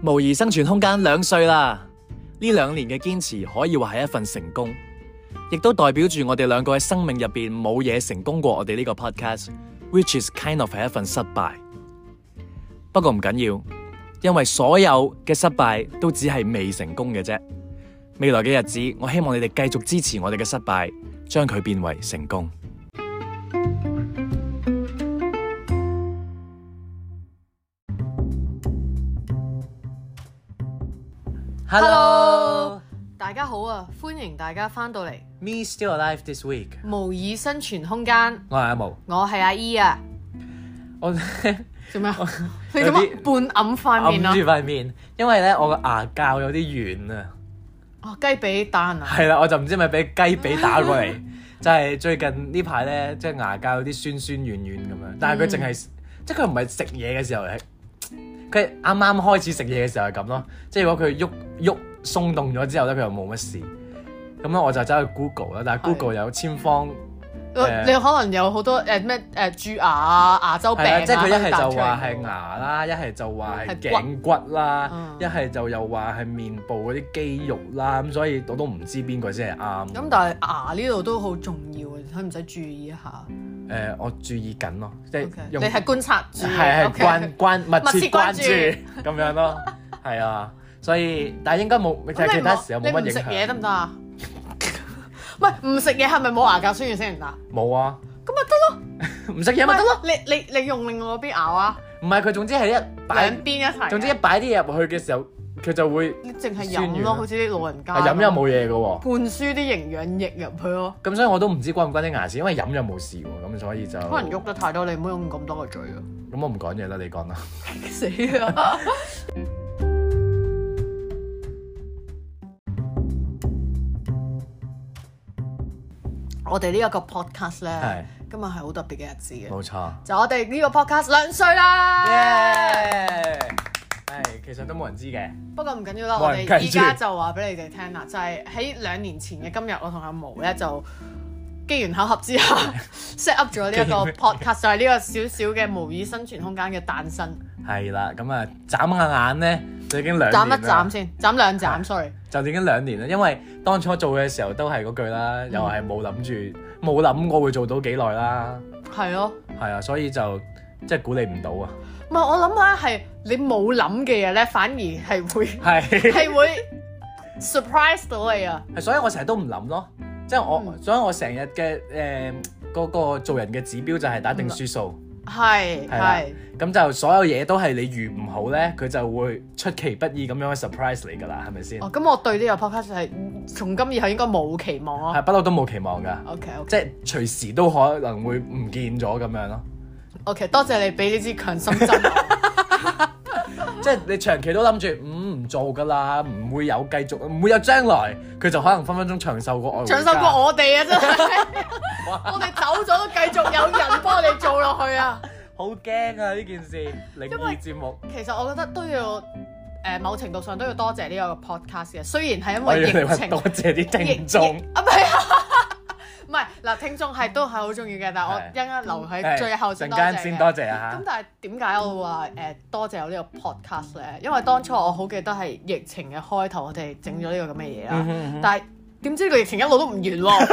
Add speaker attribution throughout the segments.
Speaker 1: 無疑生存空間兩歲啦。呢兩年嘅堅持可以話係一份成功，亦都代表住我哋兩個喺生命入邊冇嘢成功過我哋呢個 podcast，which is kind of 係一份失敗。不過唔緊要，因為所有嘅失敗都只係未成功嘅啫。未來嘅日子，我希望你哋繼續支持我哋嘅失敗，將佢變為成功。
Speaker 2: Hello，大家好啊！歡迎大家翻到嚟
Speaker 1: Me still alive this week。
Speaker 2: 模擬生存空間，
Speaker 1: 我係阿毛，
Speaker 2: 我係阿 E 啊。
Speaker 1: 我
Speaker 2: 做咩啊？你
Speaker 1: 有
Speaker 2: 做
Speaker 1: 啲
Speaker 2: 乜半揞塊面啊
Speaker 1: 揞住？塊面，因為咧我個牙骹有啲軟啊，
Speaker 2: 哦，雞髀蛋啊！
Speaker 1: 係啦，我就唔知係咪俾雞髀打過 嚟，就係最近呢排咧，即係牙骹有啲酸酸軟軟咁樣，但係佢淨
Speaker 2: 嗯
Speaker 1: 係即係佢唔係食嘢嘅時候係，佢啱啱開始食嘢嘅時候係咁咯，即係如果佢喐喐鬆動咗之後咧，佢又冇乜事，咁咧我就走去 Google 啦，但係
Speaker 2: 係
Speaker 1: Google 有千方。誒
Speaker 2: 呃你可能有好多誒咩誒蛀牙啊、牙周病
Speaker 1: 係啦，
Speaker 2: 啊，
Speaker 1: 即係佢一
Speaker 2: 都
Speaker 1: 係
Speaker 2: 彈
Speaker 1: 就
Speaker 2: 出嚟
Speaker 1: 話係牙啦，一係就話係
Speaker 2: 嗯係
Speaker 1: 頸骨啦
Speaker 2: 嗯，
Speaker 1: 一係就又話係面部嗰啲肌肉啦，咁所以我都唔知邊個先係啱。
Speaker 2: 咁，但係牙呢度都好重要啊，佢唔使注意一下。
Speaker 1: 誒，我注意緊咯，即係
Speaker 2: 嗯 OK，你
Speaker 1: 用
Speaker 2: 係觀察住，
Speaker 1: 係係
Speaker 2: OK
Speaker 1: 關關密切
Speaker 2: 密切
Speaker 1: 關
Speaker 2: 關
Speaker 1: 注咁樣咯，係啊，所以但係應該冇，其
Speaker 2: 咁
Speaker 1: 實其
Speaker 2: 你唔
Speaker 1: 他
Speaker 2: 好
Speaker 1: 時候冇乜
Speaker 2: 你唔
Speaker 1: 影
Speaker 2: 食嘢
Speaker 1: 響。
Speaker 2: 得唔得啊？ 唔係唔食嘢係咪冇牙骹酸軟先唔得？
Speaker 1: 冇啊，
Speaker 2: 咁咪得
Speaker 1: 唔食嘢咪得
Speaker 2: 得
Speaker 1: 咯。
Speaker 2: 咯！你你你用另外嗰邊咬啊！
Speaker 1: 唔係佢總之係一
Speaker 2: 兩啊
Speaker 1: 擺，
Speaker 2: 邊一齊嘅。
Speaker 1: 總之一擺啲嘢入去嘅時候，佢就會
Speaker 2: 你淨係
Speaker 1: 酸軟
Speaker 2: 飲
Speaker 1: 咯
Speaker 2: 咯，好似啲老人家咁。
Speaker 1: 啊飲又冇嘢嘅喎。
Speaker 2: 灌輸啲營養液入去咯。
Speaker 1: 咁所以我都唔知關唔關啲牙事，因為飲又冇事喎，咁所以就
Speaker 2: 可能喐得太多，你唔好用咁多個嘴啊！
Speaker 1: 咁我唔講嘢啦，你講啦。
Speaker 2: 死啊！ 我哋呢一個 podcast
Speaker 1: 係
Speaker 2: 咧，今日係好特別嘅日子嘅，
Speaker 1: 冇錯。
Speaker 2: 就我哋呢個 podcast 兩歲啦。
Speaker 1: 耶！係，其實都冇人知嘅。
Speaker 2: 不過唔緊要啦，
Speaker 1: 冇
Speaker 2: 我
Speaker 1: 人
Speaker 2: 哋依
Speaker 1: 跟住
Speaker 2: 家就話俾你哋聽啦，就係喺兩年前嘅今日，我同阿毛咧就機緣巧合之 下 set up 咗呢一個 podcast，就係呢個小小嘅模擬生存空間嘅誕生。
Speaker 1: 係啦，咁啊，眨下眼咧，就已經兩
Speaker 2: 斬
Speaker 1: 年啦
Speaker 2: 一斬先，斬兩斬，sorry。
Speaker 1: 就已經兩年啦。因為當初做嘅時候都係嗰句啦，
Speaker 2: 嗯
Speaker 1: 又係冇諗住，冇諗過會做到幾耐啦。
Speaker 2: 係咯，
Speaker 1: 係啊，所以就即係估你唔到啊。
Speaker 2: 唔係我諗咧係你冇諗嘅嘢咧，反而 係會
Speaker 1: 係，
Speaker 2: 係會 surprise 到你啊！
Speaker 1: 係所以我成日都唔諗咯。即係我，
Speaker 2: 嗯
Speaker 1: 所以我成日嘅誒嗰個做人嘅指標就係打定
Speaker 2: 嗯
Speaker 1: 輸數。
Speaker 2: 係
Speaker 1: 係啦
Speaker 2: 係
Speaker 1: 咁就所有嘢都係你預唔好咧，佢就會出其不意咁樣去 surprise 你㗎啦，係咪先？
Speaker 2: 哦，咁我對呢個 podcast 係從今以後應該冇期望咯。
Speaker 1: 係不嬲都冇期望㗎，
Speaker 2: OK OK
Speaker 1: 即係隨時都可能會唔見咗咁樣咯。
Speaker 2: OK，多謝你俾呢支強心針我。
Speaker 1: 即係你長期都諗住，嗯唔做㗎啦，唔會有繼續，唔會有將來，佢就可能分分鐘長壽過外匯
Speaker 2: 搶
Speaker 1: 家
Speaker 2: 手過我哋啊！真係，我哋走咗都繼續有人幫你做落去啊！
Speaker 1: 好驚啊！呢件事靈
Speaker 2: 因為
Speaker 1: 異節目，
Speaker 2: 其實我覺得都要誒、呃某程度上都要多謝呢個 podcast 嘅，雖然係因
Speaker 1: 我
Speaker 2: 為
Speaker 1: 要你
Speaker 2: 疫
Speaker 1: 話
Speaker 2: 情
Speaker 1: 多謝啲
Speaker 2: 疫
Speaker 1: 聽
Speaker 2: 疫
Speaker 1: 眾。
Speaker 2: 啊，唔係 啊。唔係嗱，聽眾係都係好重要嘅，但係我
Speaker 1: 係
Speaker 2: 一間留喺
Speaker 1: 係
Speaker 2: 最後先
Speaker 1: 陣
Speaker 2: 多謝
Speaker 1: 間
Speaker 2: 嘅
Speaker 1: 先多謝啊
Speaker 2: 咁但係點解我會話誒多謝有呢個 podcast 咧？因為當初我好記得係疫情嘅開頭，我哋整咗呢個咁嘅嘢啦
Speaker 1: 嗯哼嗯哼。
Speaker 2: 但係點知個疫情一路都唔完 喎，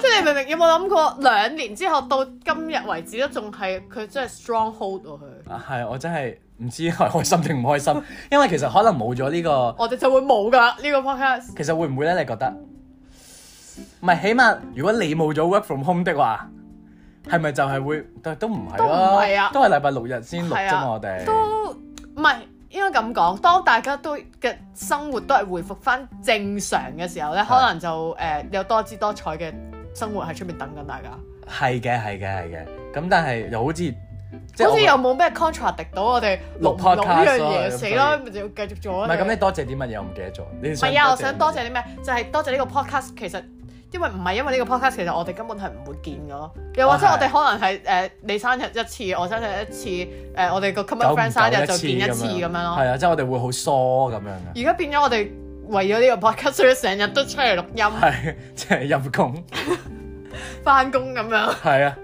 Speaker 2: 即係你明唔明？有冇諗過兩年之後到今日為止都仲係佢真係 strong hold 喎佢？
Speaker 1: 嚇。啊係，我真係唔知係開心定唔開心，因為其實可能冇咗呢個。
Speaker 2: 我哋就會冇㗎呢個 podcast。
Speaker 1: 其實會唔會咧？你覺得？唔係，起碼如果你冇咗 work from home 的話，係咪就係會？但都唔係
Speaker 2: 都唔
Speaker 1: 咯，
Speaker 2: 係啊
Speaker 1: 都係禮拜六日先錄啫
Speaker 2: 係
Speaker 1: 嘛，
Speaker 2: 啊
Speaker 1: 我哋
Speaker 2: 都唔係應該咁講。當大家都嘅生活都係回復翻正常嘅時候咧，可能就誒、呃有多姿多彩嘅生活喺出面等緊大家。
Speaker 1: 係嘅，係嘅，係嘅。咁但係又好似即
Speaker 2: 好似又
Speaker 1: 我
Speaker 2: 冇咩 contradict 到我哋
Speaker 1: 錄
Speaker 2: 錄唔錄呢
Speaker 1: podcast
Speaker 2: 樣
Speaker 1: 咯
Speaker 2: 嘢，
Speaker 1: 咁
Speaker 2: 死
Speaker 1: 所以
Speaker 2: 啦，咪就要繼續做
Speaker 1: 唔
Speaker 2: 啊！
Speaker 1: 係咁，
Speaker 2: 你
Speaker 1: 你多謝啲乜嘢？我唔記得咗。你唔
Speaker 2: 唔係啊！我想多謝啲咩？就係多謝呢個 podcast。其實因為唔係因為呢個 podcast，其實我哋根本係唔會見嘅咯。又或者
Speaker 1: 哦係
Speaker 2: 我哋可能係誒、呃你生日一次，我生日一次，誒、我哋個 common friend 生日就見一次咁樣咯。
Speaker 1: 係啊，即係我哋會好疏咁樣嘅，
Speaker 2: 而家變咗我哋為咗呢個 podcast，所以成日都出嚟錄音、
Speaker 1: 係即係陰公。
Speaker 2: 翻工咁樣。
Speaker 1: 係啊，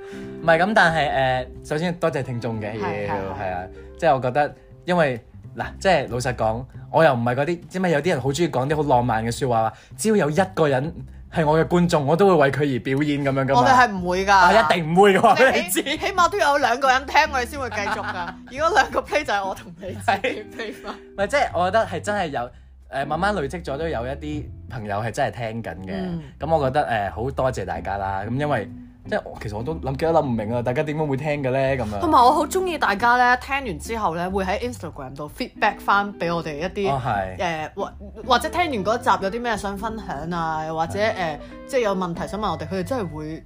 Speaker 1: 唔係咁，但係誒、呃首先多謝聽眾嘅嘢，
Speaker 2: 係係係
Speaker 1: 係啊，即係我覺得，因為嗱，即係老實講，我又唔係嗰啲，因為有啲人好中意講啲好浪漫嘅説話，話只要有一個人係我嘅觀眾，我都會為佢而表演咁樣噶嘛。
Speaker 2: 我哋係唔會
Speaker 1: 啊，
Speaker 2: 㗎，
Speaker 1: 一定唔會嘅話
Speaker 2: 我
Speaker 1: 俾
Speaker 2: 哋
Speaker 1: 你
Speaker 2: 起
Speaker 1: 知。
Speaker 2: 起碼都有兩個人聽，我哋先會繼續㗎。如果兩個 play 就係我同你自己 play 翻。
Speaker 1: 咪即係我覺得係真係有誒、呃慢慢累積咗都有一啲朋友係真係聽緊嘅，咁
Speaker 2: 嗯、
Speaker 1: 我覺得誒好、多謝大家啦，咁因為即係我其實我都諗幾多諗唔明啊，大家點解會聽嘅咧咁
Speaker 2: 同
Speaker 1: 樣？
Speaker 2: 埋我好中意大家咧，聽完之後咧，會喺 Instagram 度 feedback 翻俾我哋一啲誒、
Speaker 1: 哦係
Speaker 2: 或或者聽完嗰集有啲咩想分享啊，又或者誒、即係有問題想問我哋，佢哋真係會誒誒、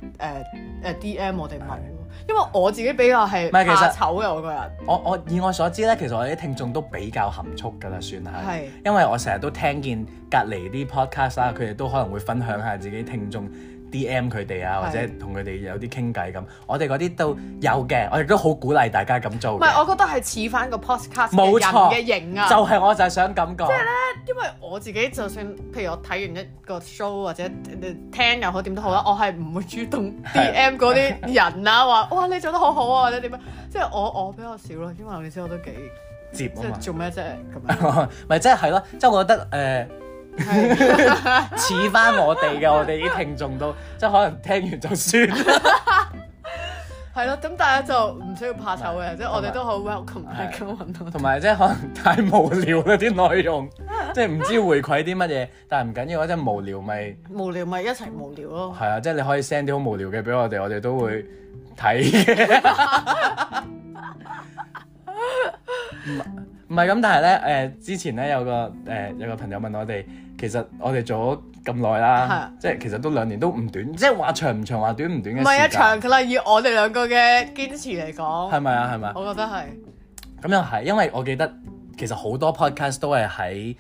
Speaker 2: DM 我哋問
Speaker 1: 係
Speaker 2: 喎。因為我自己比較係
Speaker 1: 唔係其實
Speaker 2: 怕醜啊嘅我個人，
Speaker 1: 我我以我所知咧，其實我哋啲聽眾都比較含蓄㗎啦，算係
Speaker 2: 係，
Speaker 1: 因為我成日都聽見隔離啲 podcast 啦，佢哋都可能會分享下自己聽眾。D.M 佢哋啊，或者
Speaker 2: 係
Speaker 1: 同佢哋有啲傾偈咁，我哋嗰啲都有嘅，我亦都好鼓勵大家咁做
Speaker 2: 唔
Speaker 1: 嘅。
Speaker 2: 係我覺得係似翻個 podcast 嘅
Speaker 1: 冇
Speaker 2: 人
Speaker 1: 錯
Speaker 2: 嘅型啊。
Speaker 1: 就係我就係想咁講。
Speaker 2: 因為我自己就算譬如我睇完一個 show 或者呃聽又好點都好啦，我係唔會主動 DM 嗰啲人啊，話哇你做得好好啊或者點樣，即係我我比較少咯，因為你知我都幾
Speaker 1: 接啊
Speaker 2: 即係做咩啫咁 樣。
Speaker 1: 嘛，咪即係係咯，即係我覺得誒、呃
Speaker 2: 係
Speaker 1: 似翻我哋嘅，我哋啲聽眾都即係可能聽完就算啦。
Speaker 2: 係咯，咁大家就唔需要怕醜嘅，即係我哋都好 welcome 啊大
Speaker 1: 係
Speaker 2: 家揾我哋。
Speaker 1: 同埋即係可能太無聊啦啲內 容，即係唔知回饋啲乜嘢，但係唔緊要啊，即係無聊咪
Speaker 2: 無聊咪一齊無聊咯，
Speaker 1: 係啊，即係你可以 send 啲好無聊嘅俾我哋，我哋都會睇 嘅。唔唔係咁，但係咧誒，之前咧有個誒、呃有個朋友問我哋，其實我哋做咗咁耐
Speaker 2: 係
Speaker 1: 啦
Speaker 2: 啊，
Speaker 1: 即係其實都兩年都唔短，即係話長唔長，話短唔短嘅
Speaker 2: 唔係一啊
Speaker 1: 時間，
Speaker 2: 場㗎啦，以我哋兩個嘅堅持嚟講，
Speaker 1: 係咪啊？係咪啊？
Speaker 2: 我覺得係。
Speaker 1: 咁又係，因為我記得其實好多 podcast 都係喺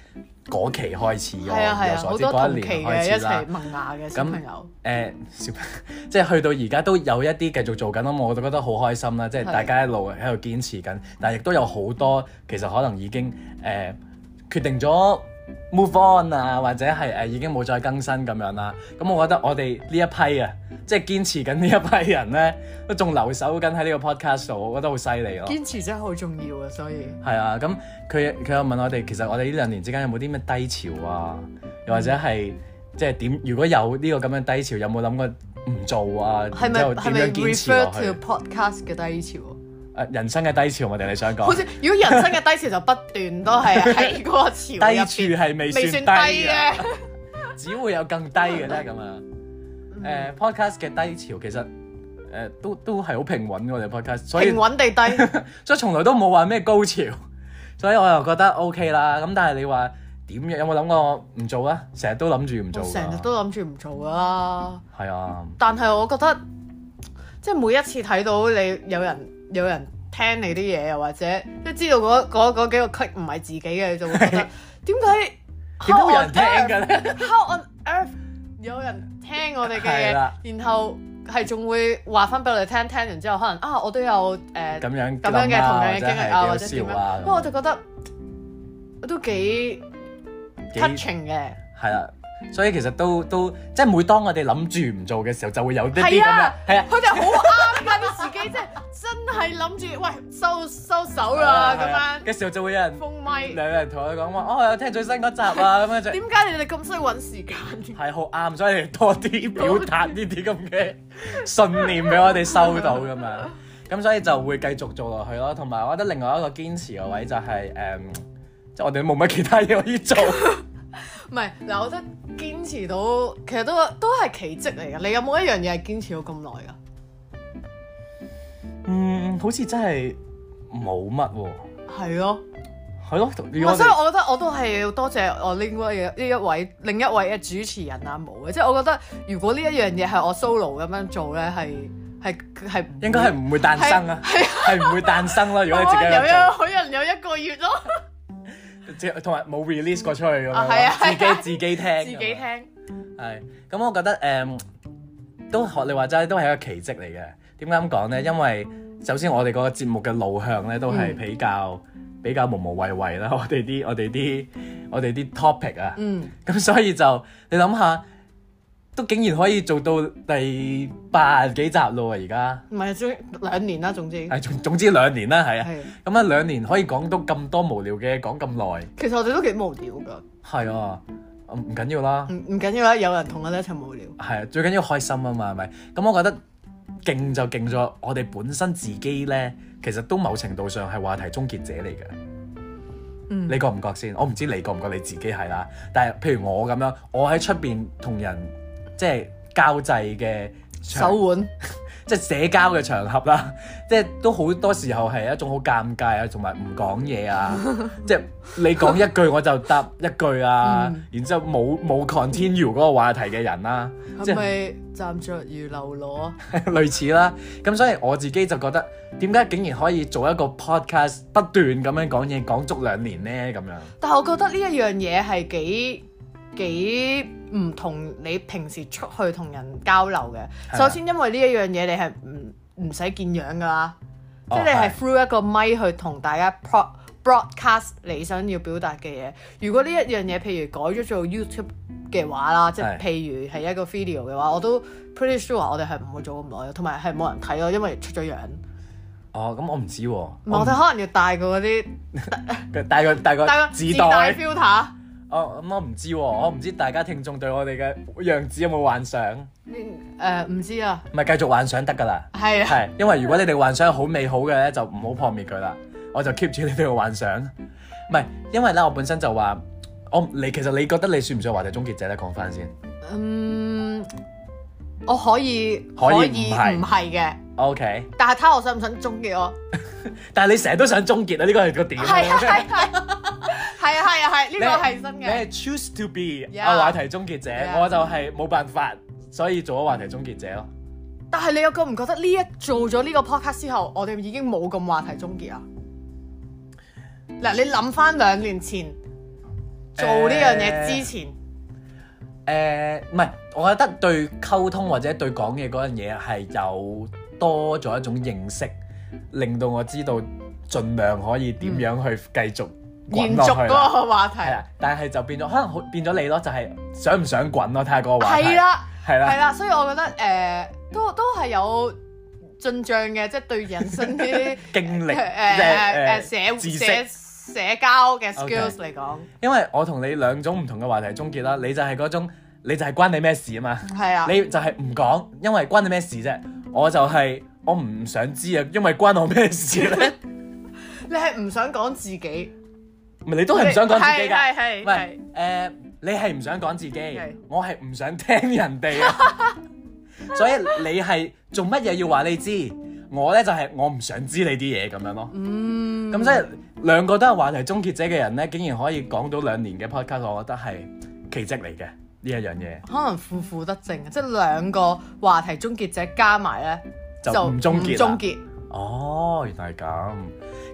Speaker 1: 嗰期開始嘅，
Speaker 2: 係啊係
Speaker 1: 我
Speaker 2: 啊，
Speaker 1: 所
Speaker 2: 好
Speaker 1: 知
Speaker 2: 多
Speaker 1: 嗰
Speaker 2: 同
Speaker 1: 一
Speaker 2: 期
Speaker 1: 年
Speaker 2: 嘅
Speaker 1: 開
Speaker 2: 一
Speaker 1: 始啦
Speaker 2: 齊。萌芽嘅小
Speaker 1: 咁哦
Speaker 2: 朋友，
Speaker 1: 誒、小 即係去到而家都有一啲繼續做緊咁，我都覺得好開心啦！即係
Speaker 2: 係
Speaker 1: 大家一路喺度堅持緊，但係亦都有好多其實可能已經誒、決定咗 move on 啊，或者係誒、已經冇再更新咁樣啦。咁我覺得我哋呢一批啊，即係堅持緊呢一批人咧，都仲留守緊喺呢個 podcast 度，我覺得好犀利咯。
Speaker 2: 堅持真係好重要啊，所以。
Speaker 1: 係啊，咁佢佢又問我哋，其實我哋呢兩年之間有冇啲咩低潮啊？又或者係即係點？如果有呢個咁樣低潮，有冇諗過唔做啊？
Speaker 2: 係
Speaker 1: 然
Speaker 2: 咪
Speaker 1: 之後
Speaker 2: 係
Speaker 1: 點
Speaker 2: 咪
Speaker 1: 樣堅持落
Speaker 2: refer
Speaker 1: 去
Speaker 2: to？podcast 嘅低潮啊？
Speaker 1: 誒人生嘅低潮，我哋你想
Speaker 2: 好
Speaker 1: 講？
Speaker 2: 似如果人生嘅低潮就不斷都係喺嗰個潮入 邊
Speaker 1: 低處係未算
Speaker 2: 算
Speaker 1: 低嘅
Speaker 2: 嘅，
Speaker 1: 只會有更低嘅啫咁啊！
Speaker 2: 嗯
Speaker 1: 誒、podcast 嘅低潮其實誒、都都係好平穩嘅我哋 podcast，所以
Speaker 2: 平穩地低。
Speaker 1: 所以從來都冇話咩高潮，所以我又覺得 OK 啦。咁但係你話點樣？有冇諗過唔做啊？成日都諗住唔做
Speaker 2: 我
Speaker 1: 㗎，
Speaker 2: 成日都諗住唔做㗎啦，
Speaker 1: 係 啊。
Speaker 2: 但係我覺得即係每一次睇到你有人有人聽你啲嘢，又或者即係知道嗰嗰嗰幾個 click 唔係自己嘅，你就會 覺得點解
Speaker 1: 點解會有
Speaker 2: how
Speaker 1: 人
Speaker 2: on
Speaker 1: 聽
Speaker 2: earth？
Speaker 1: 嘅咧？
Speaker 2: How on earth 有人聽我哋嘅
Speaker 1: 係
Speaker 2: 嘢
Speaker 1: 啦，
Speaker 2: 然後係仲會話翻俾我哋聽，聽完之後可能啊，我都有誒
Speaker 1: 咁
Speaker 2: 咁
Speaker 1: 樣
Speaker 2: 樣嘅同樣嘅
Speaker 1: 諗
Speaker 2: 經歷啊，或者
Speaker 1: 幾
Speaker 2: 點
Speaker 1: 好笑
Speaker 2: 樣，
Speaker 1: 啊
Speaker 2: 不過我就覺得都幾
Speaker 1: 幾
Speaker 2: touching 嘅，
Speaker 1: 係啦。所以其實都都即係每當我哋諗住唔做嘅時候，就會有一啲咁
Speaker 2: 係
Speaker 1: 樣
Speaker 2: 啊，
Speaker 1: 係啊，
Speaker 2: 佢哋好啱緊自己，即係真係諗住喂收收手
Speaker 1: 係啊
Speaker 2: 啦咁樣
Speaker 1: 嘅時候就會有人
Speaker 2: 封咪，
Speaker 1: 兩個人同我講話，哦，我有聽最新嗰集啊，咁樣就
Speaker 2: 點解你哋咁需要揾時間？
Speaker 1: 係好啱，所以你多啲表達呢啲咁嘅信念俾我哋收到咁樣，咁所以就會繼續做落去咯。同埋我覺得另外一個堅持嘅位就係、誒、即係我哋都冇乜其他嘢可以 做。
Speaker 2: 唔係嗱，我覺得堅持到其實都都係奇蹟嚟嘅。你有冇一樣嘢係堅持到咁耐㗎？
Speaker 1: 嗯，好似真係冇乜喎。
Speaker 2: 係咯，
Speaker 1: 係咯，如果
Speaker 2: 我
Speaker 1: 我
Speaker 2: 所以
Speaker 1: 哋
Speaker 2: 我覺得我都係要多謝我另外嘅呢一位另一位嘅主持人阿毛嘅，即係我覺得如果呢一樣嘢係我 solo 咁樣做咧，係係係
Speaker 1: 應該係唔會誕生啊，係唔會誕生咯。如果你自己
Speaker 2: 哦有
Speaker 1: 有
Speaker 2: 一可能有一個月咯，
Speaker 1: 做即係，同埋冇 release 過出去咁
Speaker 2: 啊係
Speaker 1: 樣，
Speaker 2: 啊係
Speaker 1: 自
Speaker 2: 啊
Speaker 1: 己自己聽，
Speaker 2: 自己聽
Speaker 1: 係。咁我覺得誒，都學你話齋，都係一個奇蹟嚟嘅。點解咁講咧？因為首先我哋嗰個節目嘅路向咧，都係
Speaker 2: 嗯
Speaker 1: 比較比較無無謂謂啦。我 哋啲我哋啲我哋啲 topic 啊。
Speaker 2: 嗯
Speaker 1: 咁所以就你諗下，都竟然可以做到第八十幾集咯喎，而家
Speaker 2: 唔係，總兩年啦，總之
Speaker 1: 係啊總總之兩年啦，係啊，
Speaker 2: 係。
Speaker 1: 咁啊兩年可以講到咁多無聊嘅，講咁耐，
Speaker 2: 其實我哋都幾無聊㗎，
Speaker 1: 係啊，唔唔緊要啦
Speaker 2: 唔，唔緊要啦，有人同我哋一齊無聊。
Speaker 1: 係啊，最緊要開心啊嘛，係咪？咁我覺得勁就勁咗，我哋本身自己呢，其實都某程度上係話題終結者嚟嘅。
Speaker 2: 嗯
Speaker 1: 你覺唔覺先？我唔知你覺唔覺你自己係啦，但係譬如我咁樣，我喺出邊同人即係交際嘅場
Speaker 2: 手腕
Speaker 1: 即係社交嘅場合啦， 即係都好多時候係一種好尷尬啊，同埋唔講嘢啊，即係你講一句我就答一句啊，然之後冇冇 continue 嗰個話題嘅人啦，即
Speaker 2: 係
Speaker 1: 係
Speaker 2: 咪站着如流羅？
Speaker 1: 類似啦。咁所以我自己就覺得點解竟然可以做一個 podcast 不斷咁樣講嘢講足兩年呢？咁樣
Speaker 2: 但係我覺得呢一樣嘢係幾幾唔同你平時出去同人交流嘅。
Speaker 1: 係啊
Speaker 2: 首先因為呢一樣嘢你係唔唔使見樣㗎啦，即係
Speaker 1: 哦
Speaker 2: 你係
Speaker 1: 係
Speaker 2: through 一個咪去同大家 pro broadcast 你想要表達嘅嘢。如果呢一樣嘢譬如改咗做 YouTube 嘅話啦，即係
Speaker 1: 係
Speaker 2: 譬如係一個 video 嘅話，我都 pretty sure 我哋係唔會做咁耐，同埋係冇人睇咯，因為出咗樣。
Speaker 1: 哦，咁我唔知喎，
Speaker 2: 唔係我哋可能要戴個嗰啲
Speaker 1: 佢帶個帶個
Speaker 2: 戴個自
Speaker 1: 紙
Speaker 2: 帶嗯
Speaker 1: 袋。
Speaker 2: filter。
Speaker 1: 哦，咁我唔知喎，我唔知大家聽眾對我哋嘅樣子有冇幻想，
Speaker 2: 誒唔知啊，
Speaker 1: 咪繼續幻想得㗎啦。
Speaker 2: 係啊，
Speaker 1: 係，因為如果你哋幻想好美好嘅咧，就唔好破滅佢啦。我就 keep 住你哋嘅幻想。唔係，因為咧，我本身就話，我你其實你覺得你算唔算話題終結者咧？講翻先。
Speaker 2: 嗯，我可以
Speaker 1: 可以唔係
Speaker 2: 唔係嘅，
Speaker 1: OK，
Speaker 2: 但係睇下我想唔想終結我，
Speaker 1: 但係你成日都想終結啊！呢個係個點啊。
Speaker 2: 係 啊係係係啊係啊係，呢個係真
Speaker 1: 你
Speaker 2: 嘅，
Speaker 1: 係 choose to be
Speaker 2: Yeah
Speaker 1: 啊話題終結者
Speaker 2: Yeah
Speaker 1: 我就係冇辦法，所以做咗話題終結者咯。
Speaker 2: 但係你有覺唔覺得呢一做咗呢個 podcast 之後，我哋已經冇咁話題終結啊？嗱，你諗翻兩年前做呢樣嘢之前，
Speaker 1: 誒唔係，我覺得對溝通或者對講嘢嗰樣嘢係有多咗一種認識，令到我知道盡量可以點樣去繼續呃滾
Speaker 2: 延
Speaker 1: 落
Speaker 2: 續
Speaker 1: 去啦
Speaker 2: 嗰個話
Speaker 1: 係
Speaker 2: 題，
Speaker 1: 啦，但係就變咗可能好變咗你咯，就係想唔想滾咯，睇下個話題
Speaker 2: 係啦。
Speaker 1: 係
Speaker 2: 係
Speaker 1: 啦，
Speaker 2: 啦，所以我覺得誒、呃都都係有進帳嘅，即係對人生啲
Speaker 1: 經歷誒
Speaker 2: 誒誒
Speaker 1: 誒知
Speaker 2: 誒社社
Speaker 1: 識，
Speaker 2: 社交
Speaker 1: OK
Speaker 2: 嘅 skills 嚟講，
Speaker 1: 因為我同你兩種唔同嘅話題終結啦，你就係嗰種你就係關你咩事啊嘛，
Speaker 2: 係嗯啊，
Speaker 1: 你就係唔講，因為關你咩事啫，我就係我唔想知啊，因為關我咩事 咧，
Speaker 2: 你係唔想講自己，
Speaker 1: 咪你都係唔想講自己㗎。
Speaker 2: 係係
Speaker 1: 唔
Speaker 2: 係
Speaker 1: 係
Speaker 2: 嗯
Speaker 1: 誒，你係唔想講自己
Speaker 2: 係，
Speaker 1: 我係唔想聽人哋啊。 所以你係做乜嘢要話你知？我咧就係、我唔想知你啲嘢咁樣咯。
Speaker 2: 嗯，
Speaker 1: 咁所以兩個都係話題終結者嘅人咧，竟然可以講到兩年嘅 podcast，我覺得係奇蹟嚟嘅呢一樣嘢，
Speaker 2: 可能負負得正，啊即係兩個話題終結者加埋咧
Speaker 1: 就唔終結啦
Speaker 2: 終。結
Speaker 1: 哦，原來係咁。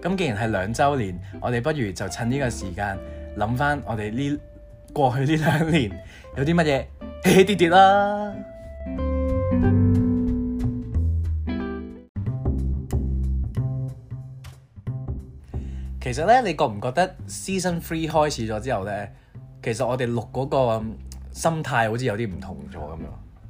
Speaker 1: 咁既然係兩週年，我哋不如就趁呢個時間諗翻我哋呢過去呢兩年有啲乜嘢起起跌跌啦。其實咧，你覺唔覺得 Season Three 開始咗之後咧，其實我哋錄嗰個嗯心態好似有啲唔同咗咁樣？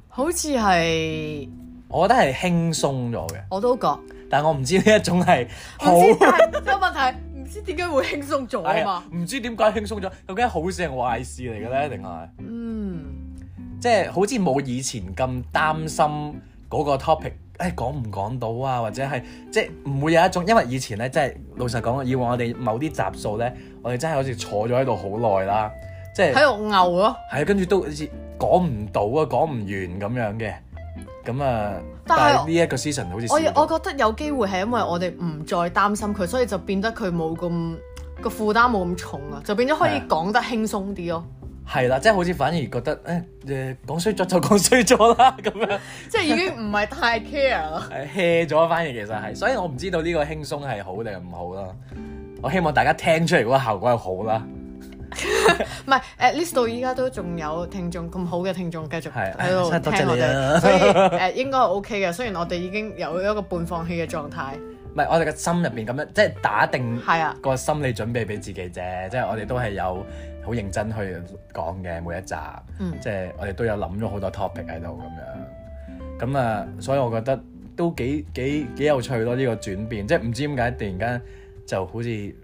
Speaker 2: 好似係
Speaker 1: 我覺得係輕鬆咗嘅，
Speaker 2: 我都覺，唔
Speaker 1: 但我唔知呢一種係好。
Speaker 2: 知但係有問題，唔知點解會輕鬆咗啊
Speaker 1: 係啊
Speaker 2: 嘛，，
Speaker 1: 唔知點解輕鬆咗，究竟係好事定壞事嚟嘅咧？定係
Speaker 2: 嗯，
Speaker 1: 即係好似冇以前咁擔心嗰個 topic，誒講唔講到啊？或者係即係唔會有一種，因為以前咧，即係老實講，以往我哋某啲集數咧，我哋真係好似坐咗喺度好耐啦，即係
Speaker 2: 喺度嘔咯。
Speaker 1: 係啊跟住都好似講唔到啊，講唔完咁樣嘅。咁啊，
Speaker 2: 但係
Speaker 1: 但係呢一個 season 好似
Speaker 2: 我
Speaker 1: 少咗
Speaker 2: 我覺得有機會係因為我哋唔再擔心佢，所以就變得佢冇咁個負擔冇咁重啊，就變咗可以
Speaker 1: 係啊
Speaker 2: 講得輕鬆啲咯。
Speaker 1: 係啦，即係好似反而覺得誒誒講衰咗就講衰咗啦咁樣。
Speaker 2: 即係已經唔係太 care 啊啦。
Speaker 1: 係 hea 咗，反而其實係，所以我唔知道呢個輕鬆係好定係唔好啦。我希望大家聽出嚟嗰個效果係好啦，
Speaker 2: 唔係，at least 到依家都仲有聽眾咁好嘅聽眾繼續
Speaker 1: 係
Speaker 2: 喺度
Speaker 1: 真係多謝
Speaker 2: 聽我
Speaker 1: 你啊
Speaker 2: 哋， 所以誒、應該係 OK 嘅。雖然我哋已經有一個半放棄嘅狀態，
Speaker 1: 唔係我哋嘅心入邊咁樣，即係打定
Speaker 2: 係啊，
Speaker 1: 個心理準備俾自己啫。即係我哋都係有好認真去講嘅每一集，
Speaker 2: 嗯
Speaker 1: 即係我哋都有諗咗好多 topic 喺度咁樣。咁啊，所以我覺得都幾幾幾有趣咯，呢、個轉變，即係唔知點解突然間就好似即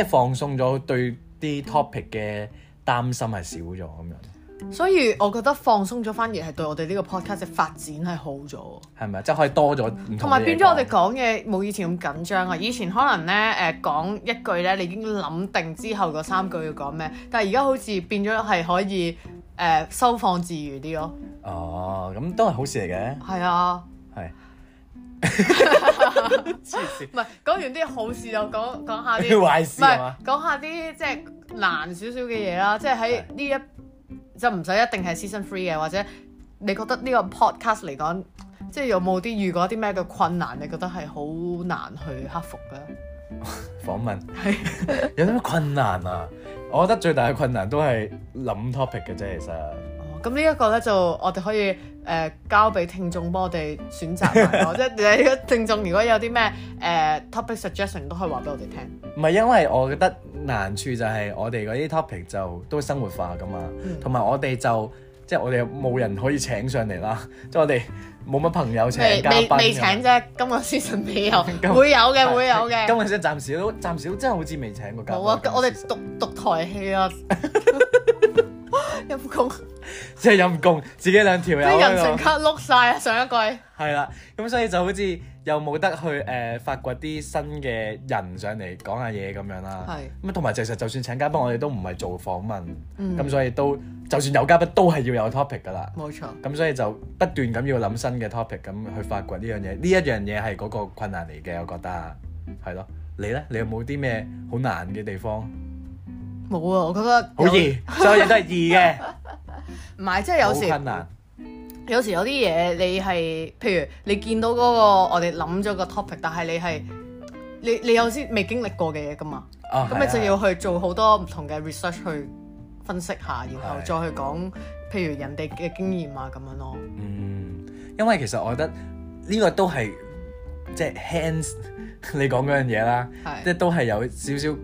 Speaker 1: 係放鬆咗對啲 topic 嘅擔心係少咗咁樣，
Speaker 2: 所以我覺得放鬆咗，反而係對我哋呢個 podcast 嘅發展係好咗。
Speaker 1: 係咪？啊即係可以多咗唔同
Speaker 2: 同埋
Speaker 1: 嘅嘢
Speaker 2: 變咗我哋
Speaker 1: 講
Speaker 2: 講嘢冇以前咁緊張啊！以前可能咧誒、講一句咧，你已經諗定之後嗰三句要講咩，但係而家好似變咗係可以誒、收放自如啲咯。
Speaker 1: 哦，咁都係好事嚟嘅，
Speaker 2: 係啊，
Speaker 1: 係。 黐線
Speaker 2: 唔係講完啲好事就講講 下啲
Speaker 1: 壞
Speaker 2: 唔
Speaker 1: 事係
Speaker 2: 係
Speaker 1: 嘛？
Speaker 2: 講下啲即係難少少嘅嘢啦，即係喺呢一就唔使一定係 season three 嘅，或者你覺得呢個 podcast 嚟講，即係有冇啲遇過啲咩嘅困難？你覺得係好難去克服嘅？
Speaker 1: 訪問 有啲咩困難啊？我覺得最大嘅困難都係諗 topic 嘅啫，其實
Speaker 2: 哦，咁呢一個咧就我哋可以誒、呃交俾聽眾幫我哋選擇埋 咯，即係你嘅聽眾如果有啲咩誒 topic suggestion 都可以話俾我哋聽。
Speaker 1: 唔係因為我覺得難處就係我哋嗰啲 topic 就都生活化噶嘛，
Speaker 2: 嗯
Speaker 1: 同埋、我哋就即係我哋冇人可以請上嚟啦， 即係我哋冇乜朋友請
Speaker 2: 未
Speaker 1: 嘉
Speaker 2: 未
Speaker 1: 賓㗎
Speaker 2: 未請
Speaker 1: 嘛
Speaker 2: 啫，今個 season 未有，
Speaker 1: 今
Speaker 2: 會有嘅會有嘅。
Speaker 1: 今日先暫時都暫時都真係好似未請過嘉賓。
Speaker 2: 冇啊！
Speaker 1: 今日
Speaker 2: 我哋讀讀台 戲啊，陰公，
Speaker 1: 即係陰公，自己兩條友
Speaker 2: 啲
Speaker 1: 喺
Speaker 2: 人
Speaker 1: 度
Speaker 2: 情卡碌晒啊！上一季
Speaker 1: 係啦，咁所以就好似又冇得去誒、呃發掘啲新嘅人上嚟講下嘢咁樣啦。
Speaker 2: 係
Speaker 1: 咁同埋其實就算請嘉賓，我哋都唔係做訪問，咁、所以都就算有嘉賓都係要有 topic 噶啦。
Speaker 2: 冇錯，
Speaker 1: 咁所以就不斷咁要諗新嘅 topic，咁去發掘呢樣嘢。呢一樣嘢係嗰個困難嚟嘅，我覺得係咯。你呢？你有冇啲咩好難嘅地方？
Speaker 2: 冇啊！我覺得
Speaker 1: 好易，所有嘢都係易嘅，
Speaker 2: 唔係即係 有
Speaker 1: 好困
Speaker 2: 時
Speaker 1: 難。
Speaker 2: 有時有啲嘢你係譬如你見到嗰個我哋諗咗個 topic，但係你係你你有啲未經歷過嘅嘢㗎嘛，
Speaker 1: 哦
Speaker 2: 咁你就
Speaker 1: 係啊
Speaker 2: 要去做好多唔同嘅 research 去分析下，然後
Speaker 1: 係
Speaker 2: 再去講譬如人哋嘅經驗啊咁樣咯。
Speaker 1: 嗯，因為其實我覺得呢個都係即係 hands 你講嗰樣嘢啦，即
Speaker 2: 係
Speaker 1: 係都係有少少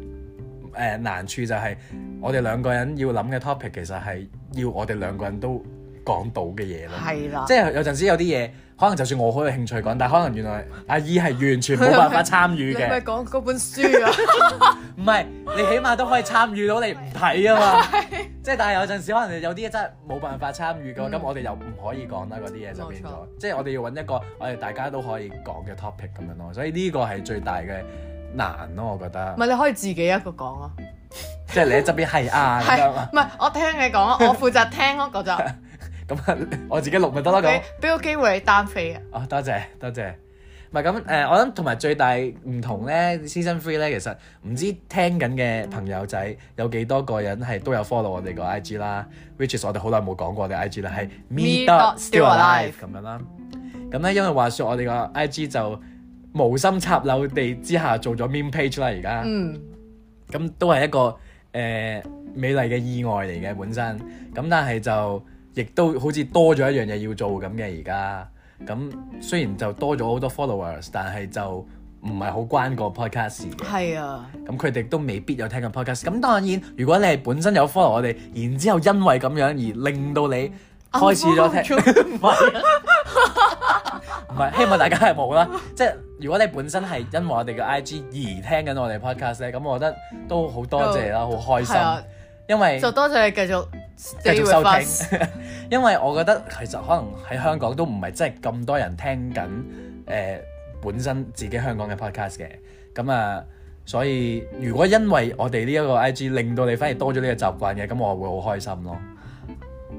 Speaker 1: 誒難處，就係我哋兩個人要諗嘅 topic 其實係要我哋兩個人都講到嘅嘢咯。
Speaker 2: 係啦
Speaker 1: 即，係有陣時有啲嘢，可能就算我好有興趣講，但係可能原來阿姨係完全冇辦法參
Speaker 2: 你
Speaker 1: 與
Speaker 2: 咪
Speaker 1: 嘅，
Speaker 2: 講嗰 本書啊？
Speaker 1: 唔係你起碼都可以參與到你唔睇啊 嘛。即係但係有陣時可能有啲嘢真係冇辦法參與嘅，咁、我哋又唔可以講啦，嗰啲嘢就變
Speaker 2: 嗯冇
Speaker 1: 咗，即係我哋要揾一個我哋大家都可以講嘅 topic 咁樣咯，所以呢個係最大嘅難咯，我覺得
Speaker 2: 唔，係你可以自己一個講啊，
Speaker 1: 即係你喺側邊係啊咁
Speaker 2: 係
Speaker 1: 樣啊，
Speaker 2: 唔係我聽你講啊，我負責聽嗰個就
Speaker 1: 咁啊 我自己錄咪得咯咁
Speaker 2: 俾。俾個機會你單飛啊，
Speaker 1: 哦，多謝多謝。唔係咁誒，我諗同埋最大唔同咧，season three 咧，其實唔知聽緊嘅朋友仔有幾多個人係都有 follow 我哋個 IG 啦，which is 我哋好耐冇講過我哋 IG 啦，係嗯 me dot still alive 咁樣啦。咁咧，因為話說我哋個 IG 就無心插柳地之下做咗 meme page 啦，而家。
Speaker 2: 嗯，
Speaker 1: 咁都係一個誒、呃美麗嘅意外嚟嘅本身，咁但係就亦都好似多咗一樣嘢要做咁嘅而家，咁雖然就多咗好多 followers，但係就唔係好關個 podcast 事嘅，
Speaker 2: 係啊，
Speaker 1: 咁佢哋都未必有聽緊 podcast。咁當然，如果你係本身有 follow 我哋，然之後因為咁樣而令到你開始咗聽， 唔係唔係，希望大家係冇啦。即係如果你本身係因為我哋嘅 IG 而聽緊我哋 podcast 咧，咁我覺得都好多謝啦，好開
Speaker 2: 係啊
Speaker 1: 心，，因為
Speaker 2: 就多謝你繼續
Speaker 1: 繼
Speaker 2: stay
Speaker 1: 續收
Speaker 2: with us，
Speaker 1: 聽， 因為我覺得其實可能喺香港都唔係真係咁多人聽緊誒、呃本身自己香港嘅 podcast 嘅，咁啊，所以如果因為我哋呢一個 IG 令到你反而多咗呢個習慣嘅，咁我會好開心咯。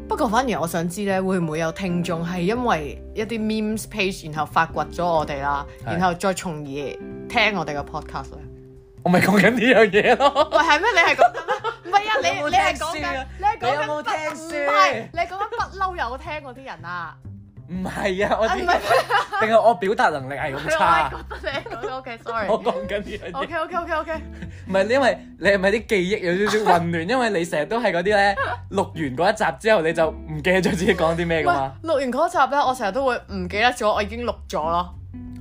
Speaker 2: 不過反而我想知咧，會唔會有聽眾係因為一啲 memes page 然後發掘咗我哋啦，
Speaker 1: 係
Speaker 2: 然後再從而聽我哋嘅 podcast 咧？
Speaker 1: 我咪講緊呢樣嘢咯，
Speaker 2: 喂，係咩？你係講緊 咩？唔係啊，
Speaker 1: 你有冇
Speaker 2: 你你係
Speaker 1: 聽
Speaker 2: 講
Speaker 1: 書
Speaker 2: 緊
Speaker 1: 啊，
Speaker 2: 你係講緊
Speaker 1: 你有冇
Speaker 2: 不
Speaker 1: 聽
Speaker 2: 唔
Speaker 1: 書
Speaker 2: 係，你係講緊不嬲有聽嗰啲人啊？
Speaker 1: 唔係啊，我
Speaker 2: 啊，
Speaker 1: 哋
Speaker 2: 唔係。
Speaker 1: 定係我表達能力係咁差，
Speaker 2: 我係覺 得你 OK sorry。
Speaker 1: 我講緊呢樣嘢。
Speaker 2: OK OK OK OK。
Speaker 1: 唔係因為你係咪啲記憶有少少混亂？因為你成日都係嗰啲咧錄完嗰一集之後你就唔記得咗自己講啊啲咩
Speaker 2: 喂，
Speaker 1: 噶嘛。
Speaker 2: 錄完嗰集咧，我成日都會唔記得咗，我已經錄咗咯。